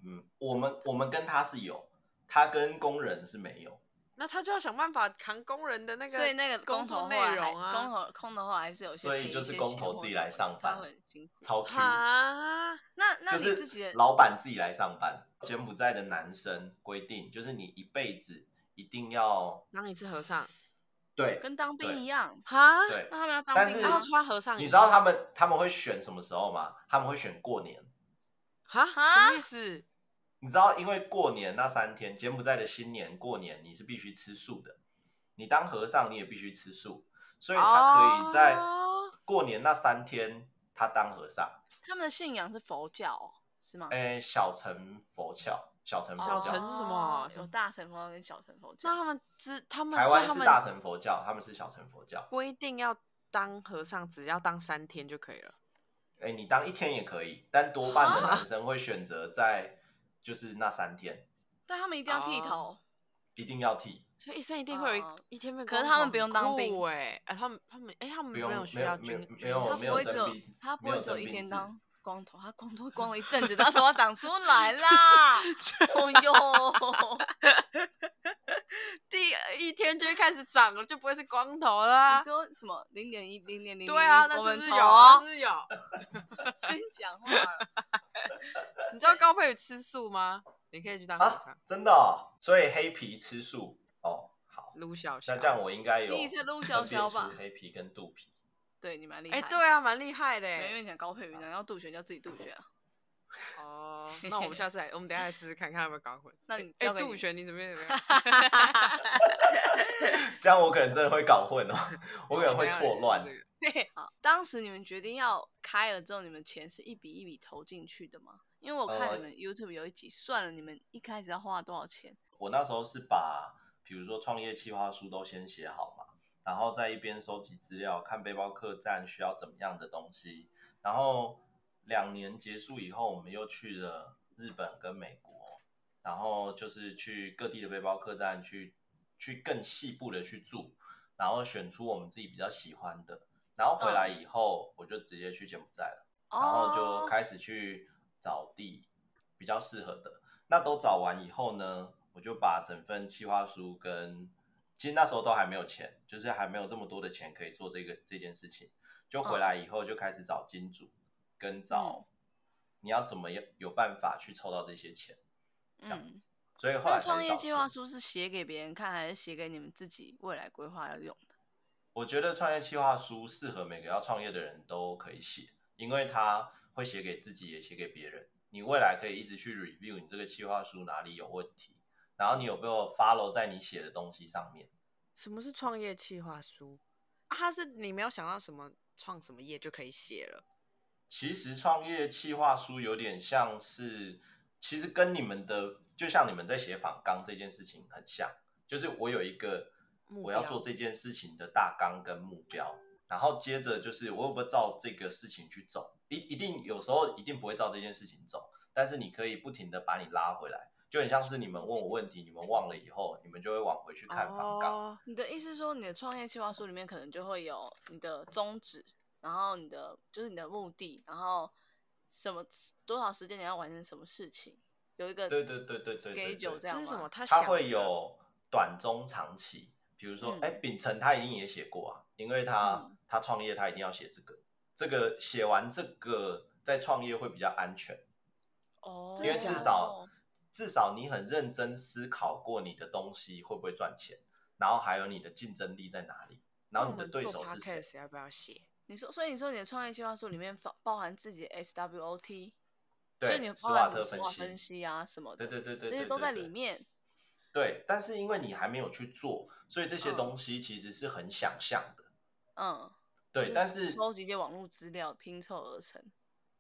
[SPEAKER 3] 嗯，我们我们跟他是有，他跟工人是没有。
[SPEAKER 1] 那他就要想办法扛工人的那个，
[SPEAKER 2] 所以那个工
[SPEAKER 1] 工
[SPEAKER 2] 头
[SPEAKER 1] 作
[SPEAKER 2] 后
[SPEAKER 1] 内
[SPEAKER 2] 来还
[SPEAKER 1] 容啊，
[SPEAKER 2] 工头空头后来还是有些
[SPEAKER 3] 所以
[SPEAKER 2] 配一
[SPEAKER 3] 就是
[SPEAKER 2] 些
[SPEAKER 3] 工
[SPEAKER 2] 钱
[SPEAKER 3] 头
[SPEAKER 2] 或
[SPEAKER 3] 自己
[SPEAKER 2] 什
[SPEAKER 3] 来
[SPEAKER 2] 么的
[SPEAKER 3] 上
[SPEAKER 2] 他
[SPEAKER 3] 班
[SPEAKER 2] 会很辛苦。
[SPEAKER 3] 超 Q，
[SPEAKER 1] 啊，
[SPEAKER 2] 那那
[SPEAKER 3] 就
[SPEAKER 2] 你
[SPEAKER 3] 是
[SPEAKER 2] 自己的
[SPEAKER 3] 老板自己来上班。柬埔寨的男生规定，就是你一辈子一定要
[SPEAKER 1] 当一次和尚
[SPEAKER 3] 对
[SPEAKER 2] 跟当兵
[SPEAKER 3] 对
[SPEAKER 2] 一样，
[SPEAKER 1] 哈，
[SPEAKER 3] 对
[SPEAKER 2] 那，他们要当
[SPEAKER 3] 但
[SPEAKER 2] 兵啊
[SPEAKER 3] 是
[SPEAKER 1] 他
[SPEAKER 2] 吗
[SPEAKER 1] 要？穿和尚衣，
[SPEAKER 3] 你知道他们他们会选什么时候吗？他们会选过年。
[SPEAKER 1] 哈什么意思？
[SPEAKER 3] 你知道，因为过年那三天，柬埔寨的新年过年你是必须吃素的，你当和尚你也必须吃素，所以他可以在
[SPEAKER 1] 哦
[SPEAKER 3] 过年那三天他当和尚，
[SPEAKER 2] 他们的信仰是佛教、哦，是吗？
[SPEAKER 3] 哎、小乘佛教，小乘佛
[SPEAKER 1] 小乘
[SPEAKER 3] 教，
[SPEAKER 1] 是什么
[SPEAKER 2] 哦
[SPEAKER 1] 什
[SPEAKER 2] 有
[SPEAKER 1] 么
[SPEAKER 2] 大乘佛教跟小乘佛教
[SPEAKER 1] 那。他们只他们
[SPEAKER 3] 台湾
[SPEAKER 1] 所以他
[SPEAKER 3] 是
[SPEAKER 1] 们
[SPEAKER 3] 大乘佛教，他们是小乘佛教，
[SPEAKER 1] 规定要当和尚，只要当三天就可以了。
[SPEAKER 3] 哎、你当一天也可以，但多 半的男生会选择在就是那三天
[SPEAKER 2] 但他们一定要剃头，
[SPEAKER 3] 一定要剃，
[SPEAKER 1] 所以一生一定会有一、
[SPEAKER 2] 哦
[SPEAKER 1] 一天被
[SPEAKER 2] 可是
[SPEAKER 1] 光头，
[SPEAKER 2] 他们不用当兵
[SPEAKER 1] 哎、哎，他们他们哎、他们
[SPEAKER 3] 不
[SPEAKER 1] 没
[SPEAKER 3] 用
[SPEAKER 1] 有需
[SPEAKER 3] 没有
[SPEAKER 1] 要
[SPEAKER 3] 没有
[SPEAKER 1] 军
[SPEAKER 3] 没有
[SPEAKER 2] 他
[SPEAKER 3] 没
[SPEAKER 2] 不
[SPEAKER 3] 有
[SPEAKER 2] 会
[SPEAKER 3] 征
[SPEAKER 2] 只有
[SPEAKER 3] 兵
[SPEAKER 2] 他不
[SPEAKER 3] 没
[SPEAKER 2] 会
[SPEAKER 3] 有
[SPEAKER 2] 只有
[SPEAKER 3] 征
[SPEAKER 2] 一
[SPEAKER 3] 兵
[SPEAKER 2] 天
[SPEAKER 3] 制
[SPEAKER 2] 当光头，他光头会光了一阵子，他头发长出来啦。哦哟，
[SPEAKER 1] 第一天就会开始长了，就不会是光头啦
[SPEAKER 2] 你。说什么零点一零点零？
[SPEAKER 1] 对啊，那
[SPEAKER 2] 我
[SPEAKER 1] 是
[SPEAKER 2] 们
[SPEAKER 1] 不是
[SPEAKER 2] 头
[SPEAKER 1] 有？
[SPEAKER 2] 哦
[SPEAKER 1] 那是不是有？
[SPEAKER 2] 跟你讲话了，
[SPEAKER 1] 你知道高佩宇吃素吗？你可以去当和尚
[SPEAKER 3] 啊，，真的、哦，所以黑皮吃素哦，好。
[SPEAKER 1] 卢小小。
[SPEAKER 3] 那这样我应该有
[SPEAKER 2] 你也是陆小小吧
[SPEAKER 3] 分辨出黑皮跟肚皮，
[SPEAKER 2] 对你蛮厉害。
[SPEAKER 1] 哎、对啊，蛮厉害的
[SPEAKER 2] 没有，因
[SPEAKER 1] 欸。
[SPEAKER 2] 为你讲高佩云，然后杜璇就要自己杜璇啊。
[SPEAKER 1] 哦，那我们下次来，我们等一下来试试看看有没有搞混。
[SPEAKER 2] 那你
[SPEAKER 1] 哎、
[SPEAKER 2] 交给
[SPEAKER 1] 杜
[SPEAKER 2] 你
[SPEAKER 1] 璇，你怎么样怎么样？
[SPEAKER 3] 这样我可能真的会搞 混哦， 我可能会错乱。
[SPEAKER 1] 等一下来试
[SPEAKER 2] 好，当时你们决定要开了之后，你们钱是一笔一笔投进去的吗？因为我看
[SPEAKER 3] 呃
[SPEAKER 2] 你们 YouTube 有一集算了你们一开始要花多少钱，
[SPEAKER 3] 我那时候是把比如说创业计划书都先写好嘛，然后在一边收集资料，看背包客栈需要怎么样的东西。然后两年结束以后，我们又去了日本跟美国，然后就是去各地的背包客栈去去更细部的去住，然后选出我们自己比较喜欢的。然后回来以后，我就直接去柬埔寨了。然后就
[SPEAKER 2] 哦
[SPEAKER 3] 开始去找地比较适合的。那都找完以后呢，我就把整份企划书跟其实那时候都还没有钱，就是还没有这么多的钱
[SPEAKER 2] 嗯
[SPEAKER 3] 可以做这个这件事情。就回来以后就开始找金主跟找你要怎么样有办法去凑到这些钱？这样
[SPEAKER 2] 嗯，
[SPEAKER 3] 所以后
[SPEAKER 2] 那
[SPEAKER 3] 来
[SPEAKER 2] 创
[SPEAKER 3] 才
[SPEAKER 2] 业
[SPEAKER 3] 找
[SPEAKER 2] 计划
[SPEAKER 3] 出
[SPEAKER 2] 书是写给别人看，还是写给你们自己未来规划要用的？
[SPEAKER 3] 我觉得创业计划书适合每个要创业的人都可以写，因为它会写给自己，也写给别人。你未来可以一直去 review 你这个计划书哪里有问题，然后你有没有 follow 在你写的东西上面。
[SPEAKER 1] 什么是创业计划书？啊，它是你没有想到什么创什么业就可以写了。
[SPEAKER 3] 其实创业计划书有点像是，其实跟你们的，就像你们在写访纲这件事情很像，就是我有一个
[SPEAKER 1] 目
[SPEAKER 3] 我要
[SPEAKER 1] 标
[SPEAKER 3] 做这件事情的大纲跟目标，然后接着就是我有没有照这个事情去走，一一定有时候一定不会照这件事情走，但是你可以不停的把你拉回来，就很像是你们问我问题，你们忘了以后，你们就会往回去看访纲。
[SPEAKER 1] 哦，
[SPEAKER 2] 你的意思是说，你的创业计划书里面可能就会有你的宗旨，然后你的就是你的目的，然后什么多少时间你要完成什么事情，有一个
[SPEAKER 3] 对对对对对
[SPEAKER 2] schedule
[SPEAKER 3] 对对
[SPEAKER 2] 这
[SPEAKER 1] 这
[SPEAKER 2] 样
[SPEAKER 1] 是什
[SPEAKER 2] 吗
[SPEAKER 1] 么？他
[SPEAKER 3] 它
[SPEAKER 1] 想
[SPEAKER 3] 会
[SPEAKER 1] 的
[SPEAKER 3] 有短、中、长期。比如说
[SPEAKER 2] 嗯，
[SPEAKER 3] 哎、秉承他一定也写过啊，因为他、
[SPEAKER 2] 嗯
[SPEAKER 3] 他创业，他一定要写这个，这个写完这个再创业会比较安全，
[SPEAKER 2] 哦，
[SPEAKER 3] 因为
[SPEAKER 1] 真的假
[SPEAKER 3] 至
[SPEAKER 1] 的
[SPEAKER 3] 少至少你很认真思考过你的东西会不会赚钱，然后还有你的竞争力在哪里，然后你的
[SPEAKER 2] 嗯
[SPEAKER 3] 对手是谁。
[SPEAKER 1] 谁？要不要写？
[SPEAKER 2] 你说，所以你说你的创业计划书里面包包含自己的 SWOT，就
[SPEAKER 3] 对
[SPEAKER 2] 是你
[SPEAKER 3] 斯
[SPEAKER 2] 包
[SPEAKER 3] 瓦
[SPEAKER 2] 含
[SPEAKER 3] 特
[SPEAKER 2] 什
[SPEAKER 3] 分
[SPEAKER 2] 么
[SPEAKER 3] 析
[SPEAKER 2] 分析啊什么的，
[SPEAKER 3] 对对对对，
[SPEAKER 2] 这些
[SPEAKER 3] 对
[SPEAKER 2] 都
[SPEAKER 3] 对
[SPEAKER 2] 在
[SPEAKER 3] 对
[SPEAKER 2] 里面。
[SPEAKER 3] 对，但是因为你还没有去做，所以这些
[SPEAKER 2] 嗯
[SPEAKER 3] 东西其实是很想象的。
[SPEAKER 2] 嗯，
[SPEAKER 3] 对，
[SPEAKER 2] 就
[SPEAKER 3] 但
[SPEAKER 2] 是
[SPEAKER 3] 是
[SPEAKER 2] 收集一些网络资料拼凑而成。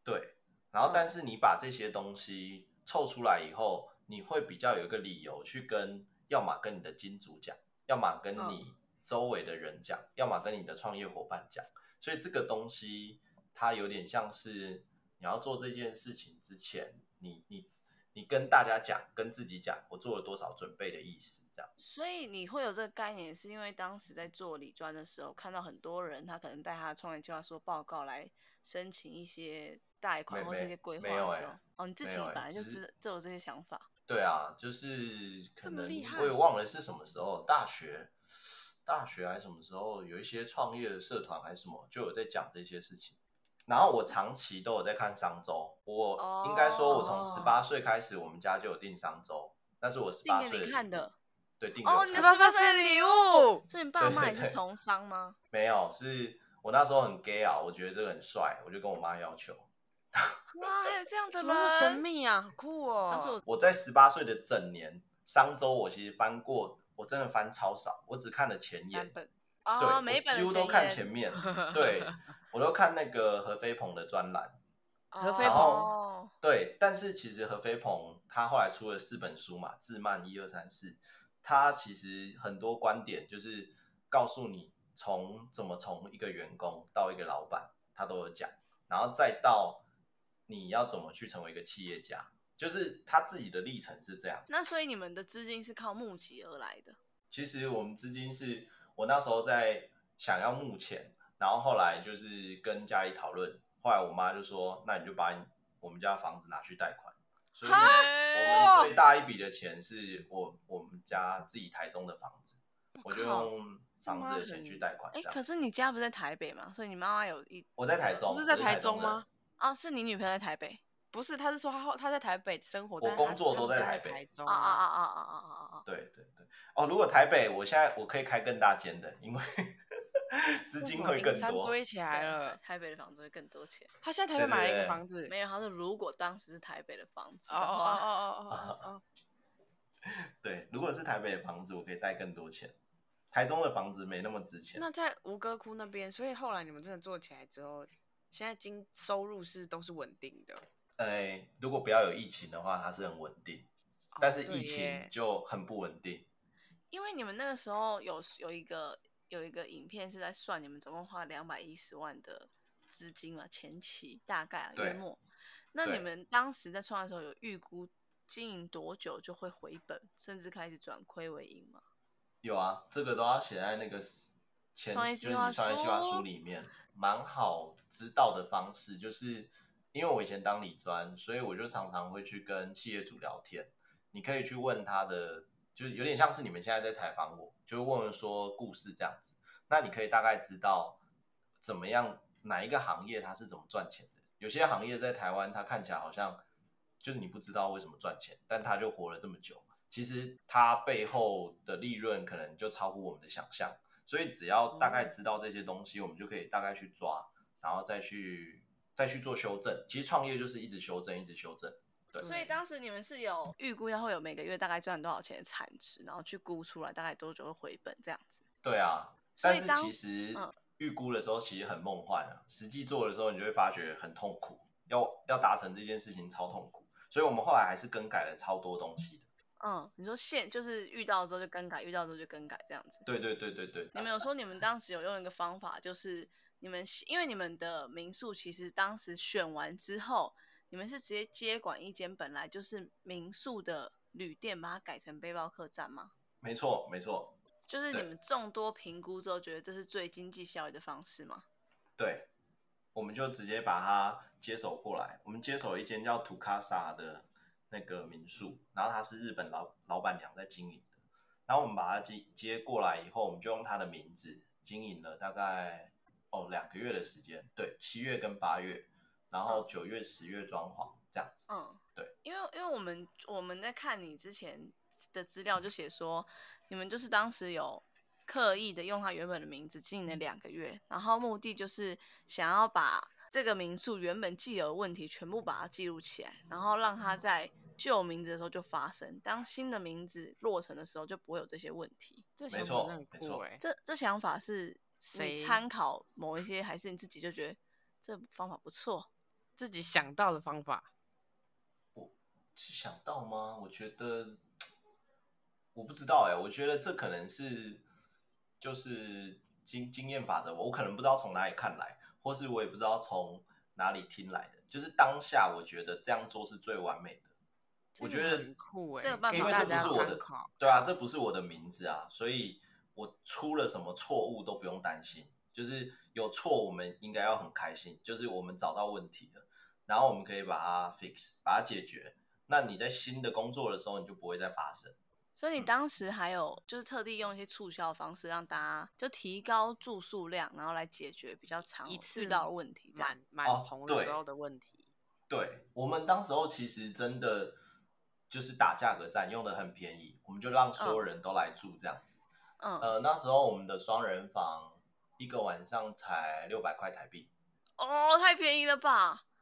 [SPEAKER 3] 对，然后但
[SPEAKER 2] 嗯
[SPEAKER 3] 是你把这些东西凑出来以后，你会比较有一个理由去跟，要么跟你的金主讲，要么跟
[SPEAKER 2] 嗯
[SPEAKER 3] 你周围的人讲，要么跟你的创业伙伴讲。所以这个东西它有点像是你要做这件事情之前，你你你跟大家讲，跟自己讲，我做了多少准备的意思，这样。
[SPEAKER 2] 所以你会有这个概念，是因为当时在做理专的时候，看到很多人他可能带他的创业计划书报告来申请一些贷款
[SPEAKER 3] 没
[SPEAKER 2] 或是一
[SPEAKER 3] 没
[SPEAKER 2] 些规划
[SPEAKER 3] 没有
[SPEAKER 2] 的时
[SPEAKER 3] 欸
[SPEAKER 2] 候，哦，你自
[SPEAKER 3] 没
[SPEAKER 2] 己
[SPEAKER 3] 有欸
[SPEAKER 2] 本来就
[SPEAKER 3] 只是
[SPEAKER 2] 知就有这些想法。
[SPEAKER 3] 对啊，就是可
[SPEAKER 1] 这么
[SPEAKER 3] 能
[SPEAKER 1] 厉害
[SPEAKER 3] 我也忘了是什么时候，大学、大学还是什么时候，有一些创业的社团还是什么，就有在讲这些事情。然后我长期都有在看商周，我应该说，我从
[SPEAKER 2] 哦
[SPEAKER 3] 十八岁开始，我们家就有订商周，那是我十
[SPEAKER 2] 定
[SPEAKER 3] 八
[SPEAKER 2] 给
[SPEAKER 3] 岁
[SPEAKER 2] 你看的，
[SPEAKER 3] 对，订给
[SPEAKER 2] 哦，
[SPEAKER 3] 我
[SPEAKER 2] 你
[SPEAKER 1] 十
[SPEAKER 2] 的
[SPEAKER 3] 看
[SPEAKER 1] 八岁
[SPEAKER 2] 18岁
[SPEAKER 1] 生日
[SPEAKER 2] 是
[SPEAKER 1] 礼
[SPEAKER 2] 礼
[SPEAKER 1] 物
[SPEAKER 2] 物，所以你爸
[SPEAKER 3] 对
[SPEAKER 2] 妈
[SPEAKER 3] 对
[SPEAKER 2] 也是
[SPEAKER 3] 对
[SPEAKER 2] 从商吗？
[SPEAKER 3] 没有，是我那时候很 gay 啊，我觉得这个很帅，我就跟我妈要求，
[SPEAKER 2] 哇，还有这样的
[SPEAKER 1] 怎么那么神
[SPEAKER 2] 人！
[SPEAKER 1] 秘啊？好酷哦！
[SPEAKER 2] 他说我
[SPEAKER 3] 我在十八岁的整年商周，我其实翻过，我真的翻超少，我只看了前
[SPEAKER 2] 三
[SPEAKER 3] 言，
[SPEAKER 2] 本
[SPEAKER 3] 对，
[SPEAKER 2] 啊，
[SPEAKER 3] 我
[SPEAKER 2] 每一本
[SPEAKER 3] 几
[SPEAKER 2] 的
[SPEAKER 3] 乎都看
[SPEAKER 2] 言
[SPEAKER 3] 前面，对我都看那个何飞鹏的专栏。
[SPEAKER 1] 何飞
[SPEAKER 2] 哦
[SPEAKER 3] 鹏对，但是其实何飞鹏他后来出了四本书嘛，《自慢》一二三四，他其实很多观点就是告诉你从怎么从一个员工到一个老板，他都有讲，然后再到你要怎么去成为一个企业家，就是他自己的历程是这样。
[SPEAKER 2] 那所以你们的资金是靠募集而来的，
[SPEAKER 3] 其实我们资金是我那时候在想要募钱，然后后来就是跟家里讨论，后来我妈就说：“那你就把你我们家房子拿去贷款。”所以我们最大一笔的钱是我我们家自己台中的房子，我就
[SPEAKER 1] 靠
[SPEAKER 3] 用房子的钱去贷款。
[SPEAKER 2] 哎、
[SPEAKER 3] 这样
[SPEAKER 2] 可是你家不在台北嘛，所以你妈妈有一
[SPEAKER 3] 啊我在台中，
[SPEAKER 1] 不是在
[SPEAKER 3] 我
[SPEAKER 1] 台
[SPEAKER 3] 中
[SPEAKER 1] 中
[SPEAKER 3] 人
[SPEAKER 1] 吗？？
[SPEAKER 2] 哦，是你女朋友在台北
[SPEAKER 1] 不是，他是说他后他在台北生活，
[SPEAKER 3] 我
[SPEAKER 1] 但是他
[SPEAKER 3] 工作都
[SPEAKER 1] 他们家
[SPEAKER 3] 在
[SPEAKER 1] 在
[SPEAKER 3] 台北
[SPEAKER 1] 台中
[SPEAKER 2] 啊啊啊啊啊啊啊啊！
[SPEAKER 3] 对对对，哦，如果台北，我现在我可以开更大间的，因为 资金会更
[SPEAKER 1] 银山
[SPEAKER 3] 多。
[SPEAKER 1] 堆起来了。
[SPEAKER 2] 台北的房子会更多钱。
[SPEAKER 1] 他现在台北买了一
[SPEAKER 3] 对
[SPEAKER 1] 个
[SPEAKER 3] 对
[SPEAKER 1] 房子，
[SPEAKER 2] 没有，他说如果当时是台北的房子
[SPEAKER 1] 哦
[SPEAKER 2] 的
[SPEAKER 1] 哦
[SPEAKER 2] 话，
[SPEAKER 1] 哦哦哦 哦哦，
[SPEAKER 3] 对，如果是台北的房子，我可以贷更多钱。台中的房子没那么值钱。
[SPEAKER 1] 那在吴哥窟那边，所以后来你们真的做起来之后，现在经收入是都是稳定的。
[SPEAKER 3] 呃，如果不要有疫情的话，它是很稳定，但是
[SPEAKER 1] 哦对
[SPEAKER 3] 疫情
[SPEAKER 1] 耶
[SPEAKER 3] 就很不稳定。
[SPEAKER 2] 因为你们那个时候有有一个有一个影片是在算你们总共花两百一十万的资金嘛，前期大概啊
[SPEAKER 3] 对
[SPEAKER 2] 月末。那
[SPEAKER 3] 对
[SPEAKER 2] 你们当时在创业的时候有预估经营多久就会回本，甚至开始转亏为盈吗？
[SPEAKER 3] 有啊，这个都要写在那个 s- 前
[SPEAKER 2] 创业
[SPEAKER 3] 就是
[SPEAKER 2] 计
[SPEAKER 3] 你
[SPEAKER 2] 划
[SPEAKER 3] 创业计划
[SPEAKER 2] 书
[SPEAKER 3] 书里面，蛮好知道的方式，就是因为我以前当理专，所以我就常常会去跟企业主聊天。你可以去问他的，就是有点像是你们现在在采访我，就是问问说故事这样子。那你可以大概知道怎么样哪一个行业它是怎么赚钱的，有些行业在台湾，它看起来好像就是你不知道为什么赚钱，但它就活了这么久。其实它背后的利润可能就超乎我们的想象，所以只要大概知道这些东西，我们就可以大概去抓，然后再去再去做修正。其实创业就是一直修正，一直修正。对
[SPEAKER 2] 所以当时你们是有预估要会有每个月大概赚多少钱的产值，然后去估出来大概多久会回本这样子。
[SPEAKER 3] 对啊，
[SPEAKER 2] 所
[SPEAKER 3] 但
[SPEAKER 2] 以
[SPEAKER 3] 是
[SPEAKER 2] 当
[SPEAKER 3] 其实
[SPEAKER 2] 嗯
[SPEAKER 3] 预估的时候其实很梦幻啊，实际做的时候你就会发觉很痛苦，要要达成这件事情超痛苦，所以我们后来还是更改了超多东西的。
[SPEAKER 2] 嗯，你说现就是遇到之后就更改，遇到之后就更改这样子。
[SPEAKER 3] 对对对对对，
[SPEAKER 2] 你们有说你们当时有用一个方法，就是你们是因为你们的民宿其实当时选完之后，你们是直接接管一间本来就是民宿的旅店，把它改成背包客栈吗？
[SPEAKER 3] 没错没错，
[SPEAKER 2] 就是你
[SPEAKER 3] 对
[SPEAKER 2] 们众多评估之后，觉得这是最经济效益的方式吗？
[SPEAKER 3] 对，我们就直接把它接手过来。我们接手一间叫图卡萨的那个民宿，然后它是日本老老板娘在经营的。然后我们把它接接过来以后，我们就用它的名字经营了大概哦两个月的时间，对，七月跟八月，然后九月、十月装潢这样子。
[SPEAKER 2] 嗯，
[SPEAKER 3] 对，
[SPEAKER 2] 因为因为我们我们在看你之前的资料，就写说你们就是当时有刻意的用他原本的名字经营了两个月，然后目的就是想要把这个民宿原本既有的问题全部把它记录起来，然后让它在旧名字的时候就发生，当新的名字落成的时候就不会有这些问题。
[SPEAKER 1] 这
[SPEAKER 3] 没
[SPEAKER 1] 想法
[SPEAKER 3] 错
[SPEAKER 1] 真的很
[SPEAKER 3] 没
[SPEAKER 1] 酷
[SPEAKER 3] 错
[SPEAKER 1] 哎、
[SPEAKER 2] 这这想法是
[SPEAKER 1] 谁
[SPEAKER 2] 你参考某一些，还是你自己就觉得这方法不错？
[SPEAKER 1] 自己想到的方法，
[SPEAKER 3] 是想到吗？我觉得我不知道哎、我觉得这可能是就是经经验法则吧，我可能不知道从哪里看来，或是我也不知道从哪里听来的。就是当下我觉得这样做是最完美的。我
[SPEAKER 1] 这个
[SPEAKER 3] 觉得
[SPEAKER 1] 很酷哎、
[SPEAKER 2] 这个办
[SPEAKER 1] 给
[SPEAKER 3] 因
[SPEAKER 2] 法
[SPEAKER 3] 为
[SPEAKER 1] 大
[SPEAKER 3] 这
[SPEAKER 1] 家
[SPEAKER 3] 不是我的
[SPEAKER 1] 参考。，
[SPEAKER 3] 对啊，这不是我的名字啊，所以我出了什么错误都不用担心，就是有错我们应该要很开心，就是我们找到问题了，然后我们可以把它 fix，把它解决。那你在新的工作的时候，你就不会再发生。
[SPEAKER 2] 所
[SPEAKER 1] 嗯
[SPEAKER 2] 以你当时还有就是特地用一些促销的方式，让大家就提高住宿量，然后来解决比较常
[SPEAKER 1] 一次
[SPEAKER 2] 遇到的问题，这样
[SPEAKER 1] 满满
[SPEAKER 3] 哦
[SPEAKER 1] 棚的时
[SPEAKER 3] 对
[SPEAKER 1] 候的问题，
[SPEAKER 3] 对我们当时候其实真的就是打价格战，用的很便宜，我们就让所有人都来住这样子。
[SPEAKER 2] 嗯，
[SPEAKER 3] 呃，那时候我们的双人房一个晚上才六百块台币，
[SPEAKER 2] 哦，太便宜了吧？